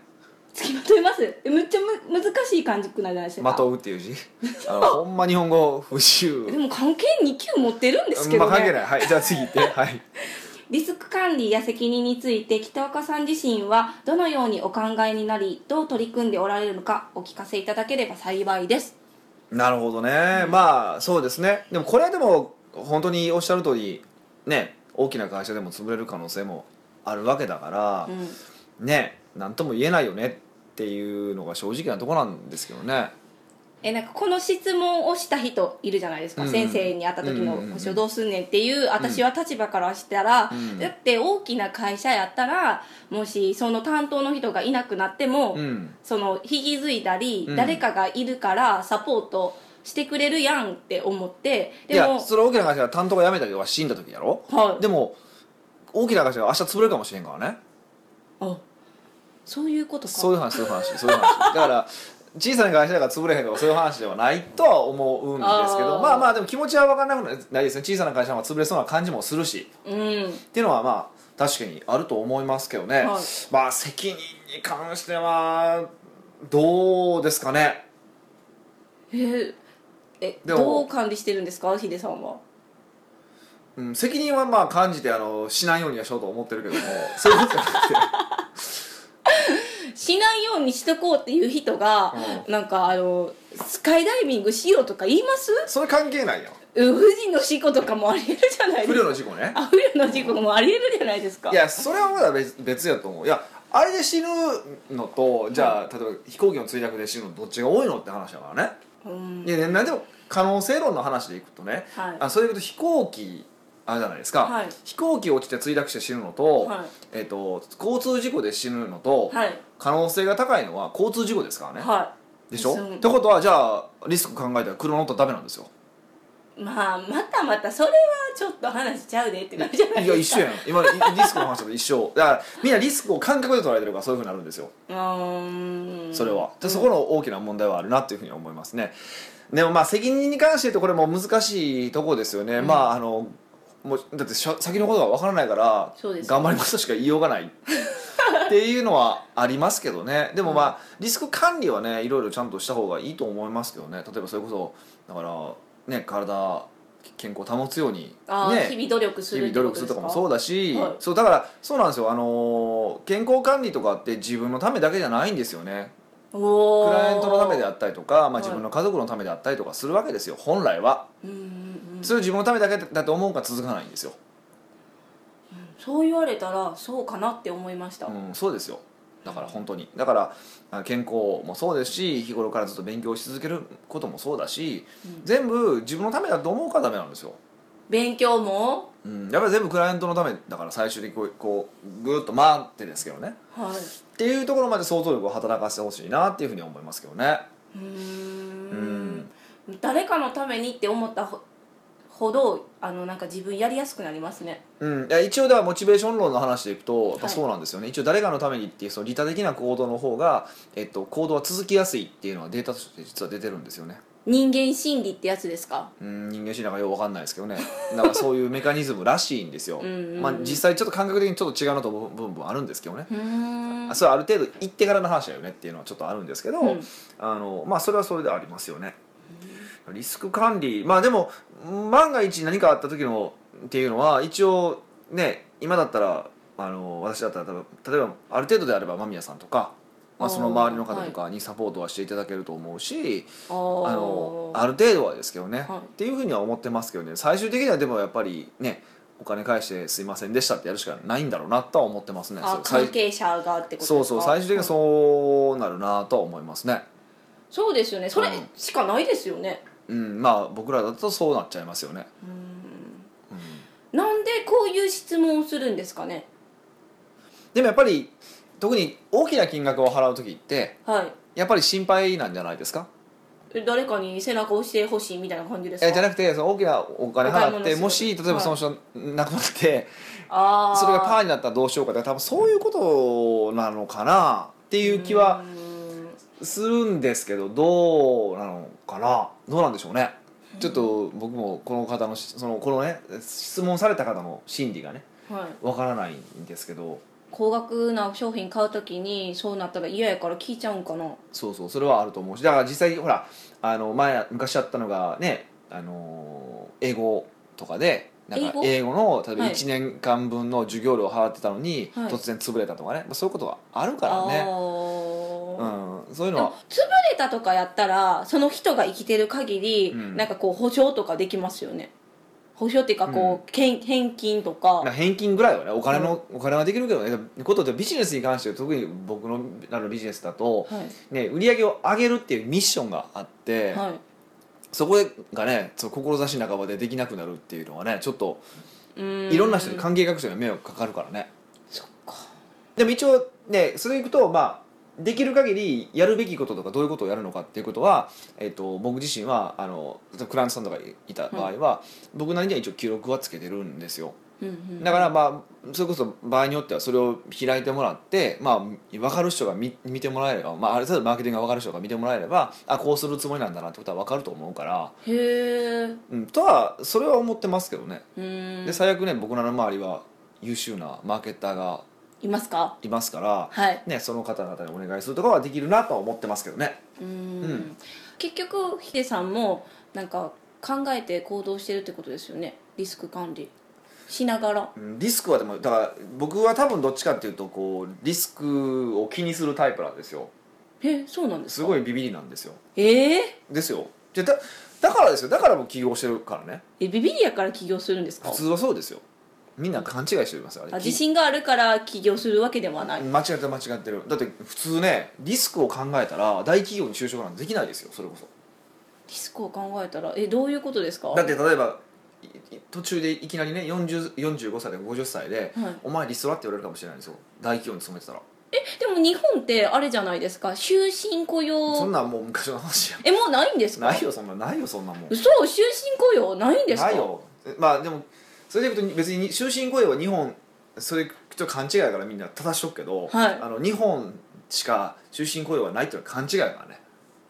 Speaker 2: 付きまといますえむっちゃむ難しい感じくないじゃないですか
Speaker 1: まとうっていう 字あのほんま日本語不自
Speaker 2: で
Speaker 1: 由
Speaker 2: も関係2級持ってるんですけ
Speaker 1: ま
Speaker 2: ど
Speaker 1: あ
Speaker 2: ね、
Speaker 1: 関係ないはいじゃあ次 行ってはい
Speaker 2: リスク管理や責任について北岡さん自身はどのようにお考えになりどう取り組んでおられるのかお聞かせいただければ幸いです
Speaker 1: なるほどね、まあそうですねでもこれはでも本当におっしゃる通りね大きな会社でも潰れる可能性もあるわけだから
Speaker 2: う、ん
Speaker 1: ね何とも言えないよねっていうのが正直なとこなんですけどね
Speaker 2: えなんかこの質問をした人いるじゃないですか、
Speaker 1: うんうん
Speaker 2: 先生に会った時
Speaker 1: う
Speaker 2: の
Speaker 1: んうんうん
Speaker 2: 保証どうすんねんっていう私は立場からしたら、
Speaker 1: うん
Speaker 2: だって大きな会社やったらもしその担当の人がいなくなっても、
Speaker 1: うん
Speaker 2: その引き継いだり、
Speaker 1: うん
Speaker 2: 誰かがいるからサポートしてくれるやんって思って
Speaker 1: い
Speaker 2: で
Speaker 1: や
Speaker 2: も
Speaker 1: それ大きな会社が担当が辞めたりとか死んだ時やろ
Speaker 2: はい
Speaker 1: でも大きな会社が明日潰れるかもしれんからね
Speaker 2: あそういうことか
Speaker 1: そういう話そういう話そういう話だから小さな会社が潰れへんとかそういう話ではないとは思うんですけど
Speaker 2: あー
Speaker 1: まあまあでも気持ちは分からなくないですね小さな会社が潰れそうな感じもするし
Speaker 2: うん
Speaker 1: っていうのはまあ確かにあると思いますけどね、
Speaker 2: はい
Speaker 1: まあ責任に関してはどうですかね
Speaker 2: えーえ
Speaker 1: でも
Speaker 2: どう管理してるんですかヒデさんは
Speaker 1: うん、責任はまあ感じてあのしないようにはしようと思ってるけども そういうことじゃなくて
Speaker 2: しないようにしとこうっていう人が、なんかあのスカイダイビングしようとか言います
Speaker 1: それ関係ないやん
Speaker 2: うん不治の事故とかもありえるじゃない
Speaker 1: 不
Speaker 2: で
Speaker 1: 慮
Speaker 2: す
Speaker 1: の事故
Speaker 2: か
Speaker 1: ね
Speaker 2: あ不慮の事故もありえるじゃないですか
Speaker 1: いやそれはまだ別別やと思ういやあれで死ぬのとじゃあ、例えば飛行機の墜落で死ぬのどっちが多いのって話だからね、
Speaker 2: うん
Speaker 1: いやねなんでも可能性論の話でいくとね、
Speaker 2: はい
Speaker 1: あそれでいくと飛行機あれじゃないですか、
Speaker 2: はい
Speaker 1: 飛行機落ちて墜落して死ぬのと,、
Speaker 2: はい
Speaker 1: えっと交通事故で死ぬのと、
Speaker 2: はい
Speaker 1: 可能性が高いのは交通事故ですからね、
Speaker 2: は
Speaker 1: でしょ
Speaker 2: そう
Speaker 1: ってことはじゃあリスク考えたら車乗ったらダメなんですよ
Speaker 2: いまあまたまたそれはちょっと話しちゃうでってなるじゃない
Speaker 1: いや
Speaker 2: で
Speaker 1: 一
Speaker 2: すか
Speaker 1: 緒やん今リリスクの話だと一緒だからみんなリスクを感覚で捉えてるからそういうふうになるんですよ
Speaker 2: うーん
Speaker 1: それはでそこの大きな問題はあるなというふうに思いますねでもまあ責任に関して言うとこれも難しいとこですよね、まああのもうだってしゃ先のことがわからないから
Speaker 2: そうですね
Speaker 1: 頑張りますとしか言いようがないっていうのはありますけどねでもまあリスク管理はねいろいろちゃんとした方がいいと思いますけどね例えばそれこそだからね体健康保つように
Speaker 2: あー
Speaker 1: ね
Speaker 2: 日々努力す
Speaker 1: 日
Speaker 2: るっ
Speaker 1: 々
Speaker 2: て
Speaker 1: 努力
Speaker 2: こ
Speaker 1: す
Speaker 2: とで
Speaker 1: る
Speaker 2: す
Speaker 1: と
Speaker 2: か
Speaker 1: かもそうだし、
Speaker 2: はい
Speaker 1: そうだからそうなんですよあのー健康管理とかって自分のためだけじゃないんですよね
Speaker 2: お
Speaker 1: ク
Speaker 2: ー
Speaker 1: ライアントのためであったりとか、まあ、
Speaker 2: い
Speaker 1: 自分の家族のためであったりとかするわけですよ本来は
Speaker 2: うんうんうん
Speaker 1: それを自分のためだけだと思うから続かないんですよ、
Speaker 2: そう言われたらそうかなって思いました、
Speaker 1: うん、そうですよだから本当にだからあ健康もそうですし日頃からずっと勉強し続けることもそうだし、
Speaker 2: うん
Speaker 1: 全部自分のためだと思うからダメなんですよ、
Speaker 2: 勉強も
Speaker 1: うん、やっぱり全部クライアントのためだから最終的にこうこうぐるっと回ってですけどね
Speaker 2: はい
Speaker 1: っていうところまで想像力を働かせてほしいなっていうふうに思いますけどね
Speaker 2: うーん誰かのためにって思ったほほどあのなんか自分やりやすくなりますね
Speaker 1: うん、いや一応ではモチベーション論の話でいくとやっぱそうなんですよね、一応誰かのためにっていうその利他的な行動の方が、えっと、行動は続きやすいっていうのはデータとして実は出てるんですよね
Speaker 2: 人間心理ってやつですか
Speaker 1: うん人間心理なんかようわかんないですけどねなんかそういうメカニズムらしいんですよ
Speaker 2: うんうんうん
Speaker 1: まあ、実際ちょっと感覚的にちょっと違うなと思う部分もあるんですけどね
Speaker 2: うーん
Speaker 1: あそれはある程度言ってからの話だよねっていうのはちょっとあるんですけど、
Speaker 2: うん
Speaker 1: あのまあ、それはそれでありますよねリスク管理まあでも万が一何かあった時のっていうのは一応ね今だったらあの私だったら多分例えばある程度であれば間宮さんとか、まあ、その周りの方とかにサポートはしていただけると思うし、
Speaker 2: あ
Speaker 1: あのある程度はですけどね、
Speaker 2: はい
Speaker 1: っていうふうには思ってますけどね最終的にはでもやっぱりねお金返してすいませんでしたってやるしかないんだろうなとは思ってますね
Speaker 2: あ
Speaker 1: そう最
Speaker 2: 関係者がってことですか
Speaker 1: そうそう最終的には
Speaker 2: うん
Speaker 1: そうなるなとは思いますね
Speaker 2: そうですよねそれ
Speaker 1: うん
Speaker 2: しかないですよね
Speaker 1: うんまあ僕らだとそうなっちゃいますよね、
Speaker 2: うーん
Speaker 1: うん
Speaker 2: なんでこういう質問をするんですかね
Speaker 1: でもやっぱり特に大きな金額を払う時って
Speaker 2: はい
Speaker 1: やっぱり心配なんじゃないですか
Speaker 2: え誰かに背中を押してほしいみたいな感じですか
Speaker 1: えじゃなくてその大きなお金
Speaker 2: お買
Speaker 1: 払
Speaker 2: い物
Speaker 1: っ
Speaker 2: す
Speaker 1: て
Speaker 2: る
Speaker 1: もし例えばその人亡くなって、
Speaker 2: あー
Speaker 1: それがパーになったらどうしようかって多分そういうことなのかなっていう気は
Speaker 2: うーん
Speaker 1: するんですけどどうなのかなどうなんでしょうねちょっと僕もこの方のしそのこのね質問された方の心理がね
Speaker 2: はい
Speaker 1: わからないんですけど
Speaker 2: 高額な商品買うときにそうなったら嫌やから聞いちゃうんかな
Speaker 1: そうそうそれはあると思うしだから実際ほらあの前昔やったのがねあのー英語とかでなんか英
Speaker 2: 英
Speaker 1: 語の例えば
Speaker 2: はい
Speaker 1: 1年間分の授業料を払ってたのに、
Speaker 2: はい
Speaker 1: 突然潰れたとかねまあそういうことはあるから
Speaker 2: あ
Speaker 1: ね、う
Speaker 2: ー
Speaker 1: ん、そういう
Speaker 2: で
Speaker 1: のは
Speaker 2: も潰れたとかやったらその人が生きてる限り、
Speaker 1: うん
Speaker 2: なんかこう保証とかできますよね保証っていうかこう、けん返金とか
Speaker 1: まあ返金ぐらいはねお金の、お金はできるけどねことでビジネスに関しては特に僕のあのビジネスだと、
Speaker 2: はい、
Speaker 1: ね、売り上げを上げるっていうミッションがあって、
Speaker 2: はい
Speaker 1: そこがねその志半ばでできなくなるっていうのはねちょっと
Speaker 2: うー
Speaker 1: いろんな人に関係各所に迷惑かかるからね
Speaker 2: そっか
Speaker 1: でも一応ねそれいくとまあできる限りやるべきこととかどういうことをやるのかっていうことは、えっと僕自身はあのクライアントさんとかいた場合は、僕なりには一応記録はつけてるんですよ
Speaker 2: うんうん
Speaker 1: だからまあそれこそ場合によってはそれを開いてもらって、まあ、分かる人が見見てもらえれば、まあ、ある程度マーケティングが分かる人が見てもらえればあこうするつもりなんだなってことは分かると思うから、
Speaker 2: へえ
Speaker 1: うん、とはそれは思ってますけどね
Speaker 2: うん
Speaker 1: で最悪ね僕らの周りは優秀なマーケッターが
Speaker 2: いますか
Speaker 1: いますから、
Speaker 2: はい
Speaker 1: ね、その方々にお願いするとかはできるなとは思ってますけどね
Speaker 2: うーん
Speaker 1: うん
Speaker 2: 結局ヒデさんもなんか考えて行動してるってことですよねリスク管理しながら
Speaker 1: うんリスクはでもだから僕は多分どっちかっていうとこうリスクを気にするタイプなんですよ
Speaker 2: えそうなんです
Speaker 1: す
Speaker 2: か
Speaker 1: ごいビビりなんですよ
Speaker 2: えー
Speaker 1: ですよでだだからですよだからもう起業してるからね
Speaker 2: えビビリやから起業するんですか
Speaker 1: 普通はそうですよみんな勘違いしてますよあれ
Speaker 2: あ自信があるから起業するわけではない、
Speaker 1: 間違ってる間違ってるだって普通ねリスクを考えたら大企業に就職なんてできないですよそれこそ
Speaker 2: リスクを考えたらえどういうことですか
Speaker 1: だって例えばいい途中でいきなりね40 45歳で50歳で、
Speaker 2: はい
Speaker 1: お前リストラって言われるかもしれないんですよ大企業に勤めてたら
Speaker 2: えでも日本ってあれじゃないですか終身雇
Speaker 1: そん
Speaker 2: 用
Speaker 1: なんもう昔の話や
Speaker 2: えもうないんですか
Speaker 1: ないよそんなんないよそんなもん
Speaker 2: 嘘終身雇用ないんですか
Speaker 1: ないよえまあでもそれでいくと別に終身雇用は日本それちょっと勘違いやからみんな正しとくけど、
Speaker 2: はい
Speaker 1: あの日本しか終身雇用はないっていうのは勘違いやからね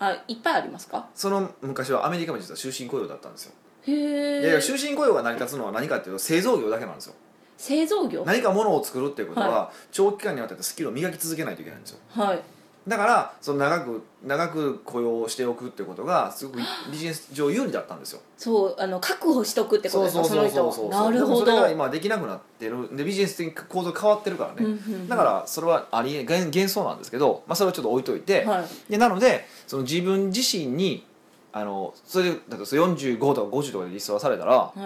Speaker 2: あいっぱいありますか
Speaker 1: その昔はアメリカも実は終身雇用だったんですよ、
Speaker 2: へ
Speaker 1: いやい
Speaker 2: え
Speaker 1: や終身雇用が成り立つのは何かっていうと製造業だけなんですよ
Speaker 2: 製造業
Speaker 1: 何かものを作るっていうことは、長期間にわたってスキルを磨き続けないといけないんですよ
Speaker 2: はい
Speaker 1: だからその長く長く雇用しておくってことがすごくビジネス上有利だったんですよ
Speaker 2: そうあの確保しとくってこと
Speaker 1: そう
Speaker 2: です
Speaker 1: そ
Speaker 2: か
Speaker 1: う
Speaker 2: そ
Speaker 1: そうそうそう
Speaker 2: の人なるほ
Speaker 1: でもそれ
Speaker 2: ど
Speaker 1: が今できなくなってるでビジネス的に構造変わってるからね、
Speaker 2: うんうんうん
Speaker 1: だからそれはありえ幻幻想なんですけど、まあ、それはちょっと置いといて、
Speaker 2: はい
Speaker 1: でなのでその自分自身にあのそれでだと45とか50とかでリストラされたら
Speaker 2: はい、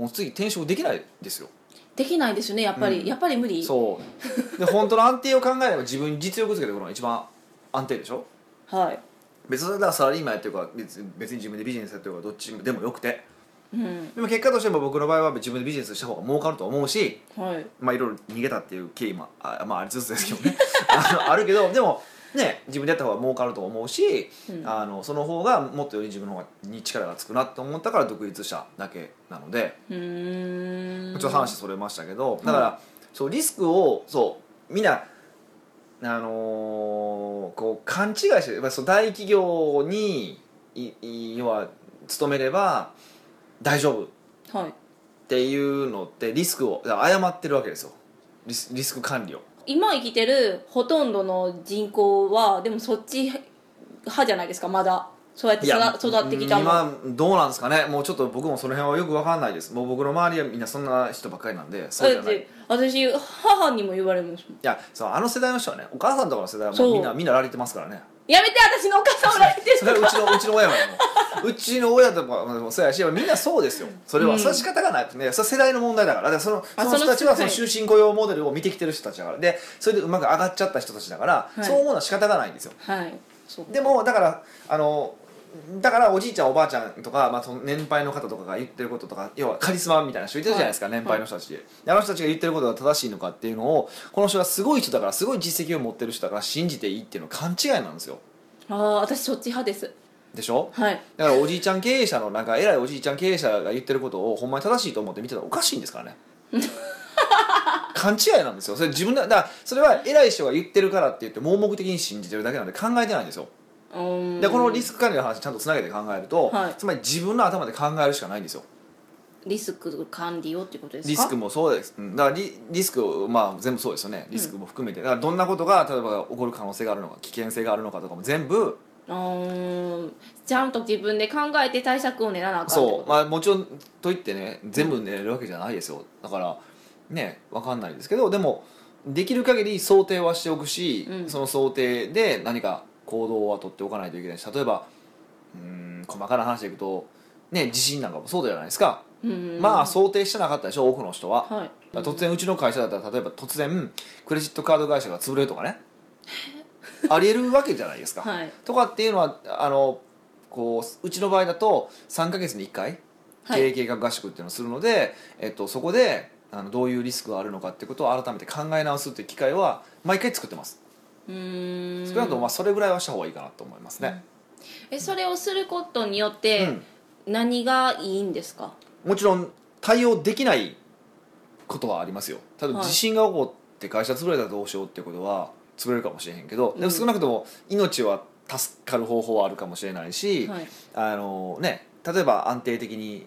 Speaker 1: もう次転職できないですよ
Speaker 2: できないですねやっぱり、
Speaker 1: うん
Speaker 2: やっぱり無理
Speaker 1: そうで本当の安定を考えれば自分に実力つけてくるのが一番安定でしょ
Speaker 2: はい
Speaker 1: 別にだからサラリーマンやってるから別に別に自分でビジネスやってるからどっちでもよくて
Speaker 2: うん
Speaker 1: でも結果としても僕の場合は自分でビジネスした方が儲かると思うし
Speaker 2: はい
Speaker 1: まあいろいろ逃げたっていう経緯もあ,、 まあ、ありつつですけどねあのある けどでもね自分でやった方が儲かると思うし、
Speaker 2: うん
Speaker 1: あのその方がもっとより自分の方に力がつくなと思ったから独立しただけなので、
Speaker 2: うーん
Speaker 1: ちょっと話それましたけどだから、そうリスクをそうみんなあのーこう勘違いしてやっぱりそう大企業にいい要は勤めれば大丈夫っ
Speaker 2: はい
Speaker 1: ていうのってリスクをだから誤ってるわけですよリスリスク管理を。
Speaker 2: 今生きてるほとんどの人口はでもそっち派じゃないですかまだそうやって育育ってきたの
Speaker 1: 今どうなんですかねもうちょっと僕もその辺はよく分かんないですもう僕の周りはみんなそんな人ばっかりなんでそうじ
Speaker 2: だ
Speaker 1: ゃ
Speaker 2: っ
Speaker 1: ないい
Speaker 2: て私母にも言われますもん
Speaker 1: やそうあの世代の人はねお母さんとかの世代はも
Speaker 2: そうう
Speaker 1: みんなみんなられてますからね
Speaker 2: やめて私のお母さんおられて
Speaker 1: そ
Speaker 2: る
Speaker 1: れはうちのうちの親はもううちの親とかもそうやしみんなそうですよそれは、
Speaker 2: うん
Speaker 1: それは仕方がなくてねそれは世代の問題だからだからそのそ
Speaker 2: あ
Speaker 1: の
Speaker 2: その
Speaker 1: 人たちは
Speaker 2: は
Speaker 1: その
Speaker 2: い
Speaker 1: 終身雇用モデルを見てきてる人たちだからでそれでうまく上がっちゃった人たちだから、
Speaker 2: はい
Speaker 1: そう思うのは仕方がないんですよ
Speaker 2: はいそう
Speaker 1: でもだからあのだからおじいちゃんおばあちゃんとか、まあ、その年配の方とかが言ってることとか要はカリスマみたいな人いてるじゃないですか、
Speaker 2: はい
Speaker 1: 年配の人たち、であの人たちが言ってることが正しいのかっていうのをこの人がすごい人だからすごい実績を持ってる人だから信じていいっていうのは勘違いなんですよ
Speaker 2: ああ私そっち派です
Speaker 1: でしょ
Speaker 2: はい
Speaker 1: だからおじいちゃん経営者のなんか偉いおじいちゃん経営者が言ってることをほんまに正しいと思って見てたらおかしいんですからね 勘違いなんですよそれ自分だだからそれは偉い人が言ってるからって言って盲目的に信じてるだけなんで考えてないんですよで
Speaker 2: で
Speaker 1: このリスク管理の話ちゃんとつなげて考えると、
Speaker 2: はい
Speaker 1: つまり自分の頭で考えるしかないんですよ
Speaker 2: リスク管理をっていうことですか
Speaker 1: リスクもそうです、うんだからリリスクを、まあ、全部そうですよねリスクも含めて、だからどんなことが例えば起こる可能性があるのか危険性があるのかとかも全部
Speaker 2: うーんちゃんと自分で考えて対策を練らなあかんって
Speaker 1: そ
Speaker 2: こ
Speaker 1: う、まあ、もちろんといってね全部寝れるわけじゃないですよだからね分かんないですけどでもできる限り想定はしておくし、
Speaker 2: うん
Speaker 1: その想定で何か行動は取っておかないといけないし例えばうーん細かな話でいくと、ね、地震なんかもそうじゃないですか、
Speaker 2: とうん
Speaker 1: まあ想定してなかったでしょ多くの人は、
Speaker 2: はい
Speaker 1: だから突然うちの会社だったら例えば突然クレジットカード会社が潰れるとかねありえるわけじゃないですか、
Speaker 2: はい
Speaker 1: とかっていうのはあのこううちの場合だと3か月に1回
Speaker 2: はい
Speaker 1: 経営計画合宿っていうのをするので、えっと、そこであのどういうリスクがあるのかってことを改めて考え直すっていう機会は毎回作ってます
Speaker 2: うーん
Speaker 1: 少なくともまあそれぐらいはした方がいいかなと思いますね、
Speaker 2: えそれをすることによって何がいいんですか、
Speaker 1: もちろん対応できないことはありますよ例えば
Speaker 2: はい
Speaker 1: 地震が起こって会社潰れたらどうしようってことは潰れるかもしれへんけど、で
Speaker 2: う
Speaker 1: も
Speaker 2: ん
Speaker 1: 少なくとも命は助かる方法はあるかもしれないし、
Speaker 2: はい
Speaker 1: あのね、例えば安定的に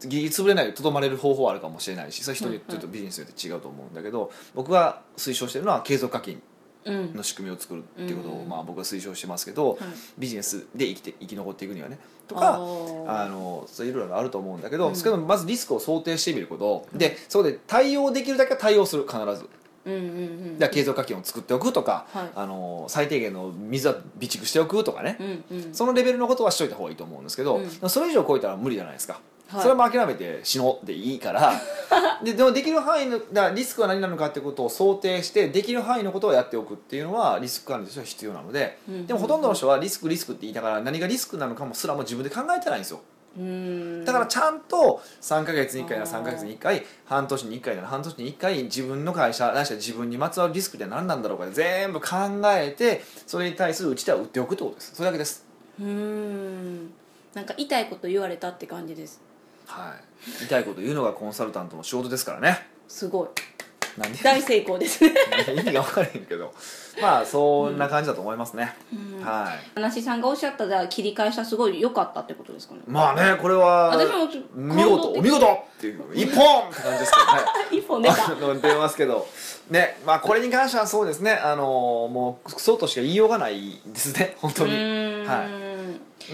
Speaker 1: ギリギリ潰れないでとどまれる方法はあるかもしれないしそれ人にちょっとビジネスによって違うと思うんだけど、僕が推奨してるのは継続課金
Speaker 2: うん
Speaker 1: の仕組みを作るっていうことを、
Speaker 2: うん
Speaker 1: まあ、僕は推奨してますけど、
Speaker 2: はい
Speaker 1: ビジネスで生きて生き残っていくにはねと
Speaker 2: あ
Speaker 1: か
Speaker 2: ー
Speaker 1: あのそういろいろあると思うんだけど、
Speaker 2: うん
Speaker 1: それでもまずリスクを想定してみることでそこで対応できるだけは対応する必ず
Speaker 2: うんうんうん
Speaker 1: だから継続課金を作っておくとか、
Speaker 2: はい
Speaker 1: あの最低限の水は備蓄しておくとかね、
Speaker 2: うんうん
Speaker 1: そのレベルのことはしといた方がいいと思うんですけど、
Speaker 2: うん
Speaker 1: でもそれ以上超えたら無理じゃないですか、
Speaker 2: はい
Speaker 1: それはもう諦めて死のうでいいから ででもできる範囲のだからリスクは何なのかってことを想定してできる範囲のことをやっておくっていうのはリスク管理としては必要なので、
Speaker 2: うん
Speaker 1: でもほとんどの人はリスクリスクって言いながら何がリスクなのかもすらも自分で考えてないんですよ
Speaker 2: うーん
Speaker 1: だからちゃんと3か月に1回なら
Speaker 2: あー
Speaker 1: 3か月に1回半年に1回なら半年に1回自分の会社ないしは自分にまつわるリスクって何なんだろうかで全部考えてそれに対する打ち手は打っておくってことですそれだけです
Speaker 2: うーんなんか痛いこと言われたって感じです
Speaker 1: はい、痛いこと言うのがコンサルタントの仕事ですからね
Speaker 2: すごい
Speaker 1: なんで
Speaker 2: 大成功ですね
Speaker 1: 意味が分からへんけどまあそんな感じだと思いますね、はい
Speaker 2: 話さんがおっしゃったじゃあ切り返しはすごい良かったってことですかね
Speaker 1: まあねこれは
Speaker 2: 私もちょっと
Speaker 1: 見事お見事っていう一本って感じですけどね
Speaker 2: 一 本 出た
Speaker 1: の出ますけど、ねまあ、これに関してはそうですね、あのもうそうとしか言いようがないですね、 本当
Speaker 2: う
Speaker 1: に。
Speaker 2: ーん
Speaker 1: は
Speaker 2: はい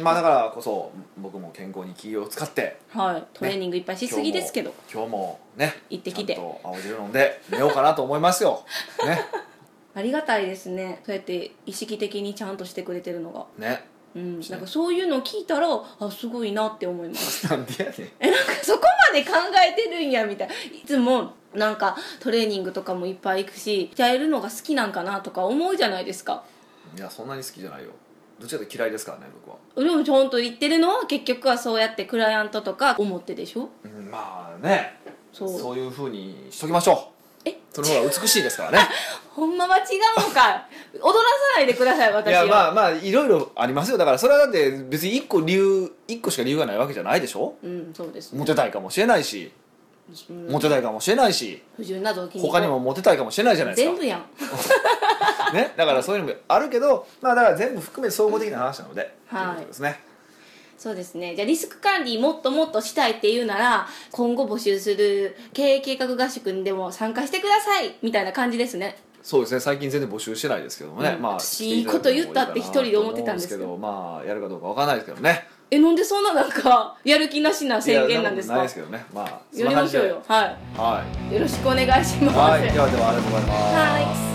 Speaker 1: まあ、だからこそ、僕も健康に気を使って、
Speaker 2: い、トレーニングいっぱいしすぎですけど、
Speaker 1: 今日も今日もね、
Speaker 2: 行ってきて
Speaker 1: ちゃんと青汁飲んで寝ようかなと思いますよ、ね
Speaker 2: ありがたいですねそうやって意識的にちゃんとしてくれてるのが、
Speaker 1: ね、
Speaker 2: うん、なんかそういうのを聞いたらあすごいなって思います
Speaker 1: なんでやねん、
Speaker 2: えなんか そこまで考えてるんやみたいいつもなんかトレーニングとかもいっぱい行くし鍛えるのが好きなんかなとか思うじゃないですか
Speaker 1: いや、そんなに好きじゃないよ、どっちかというと嫌いですからね、僕は。
Speaker 2: でもちゃんと言ってるのは結局はそうやってクライアントとか思ってでしょ
Speaker 1: うんまあね、
Speaker 2: そう
Speaker 1: そういうふうにしときましょう、
Speaker 2: え
Speaker 1: その方が美しいですからね。
Speaker 2: ほんまは違うの か踊らさないでください
Speaker 1: い
Speaker 2: 私は
Speaker 1: やまあまあいろいろありますよだからそれはだって別に1個理由一個しか理由がないわけじゃないでしょ
Speaker 2: うんそうです、
Speaker 1: モテたいかもしれないし
Speaker 2: うん
Speaker 1: モテたいかもしれないし
Speaker 2: 不純な動機
Speaker 1: 他にもモテたいかもしれないじゃないです
Speaker 2: 全
Speaker 1: か
Speaker 2: 部やん
Speaker 1: ねだからそういうのもあるけどまあだから全部含めて総合的な話なので
Speaker 2: はい
Speaker 1: とうことですね
Speaker 2: そうですねじゃあリスク管理もっともっとしたいっていうなら今後募集する経営計画合宿にでも参加してくださいみたいな感じですね
Speaker 1: そうですね最近全然募集してないですけどもね
Speaker 2: うん
Speaker 1: まあ
Speaker 2: 私いいこと言ったって一人で思ってたんですけど
Speaker 1: 思うまあやるかどうかわかんないですけどね
Speaker 2: えなんでそんななんかやる気なしな宣言なんです
Speaker 1: いや
Speaker 2: か
Speaker 1: なことないですけどねまあ
Speaker 2: やりましょうよは
Speaker 1: はい
Speaker 2: よろしくお願い
Speaker 1: い
Speaker 2: します
Speaker 1: はいではではありがとうございます
Speaker 2: はい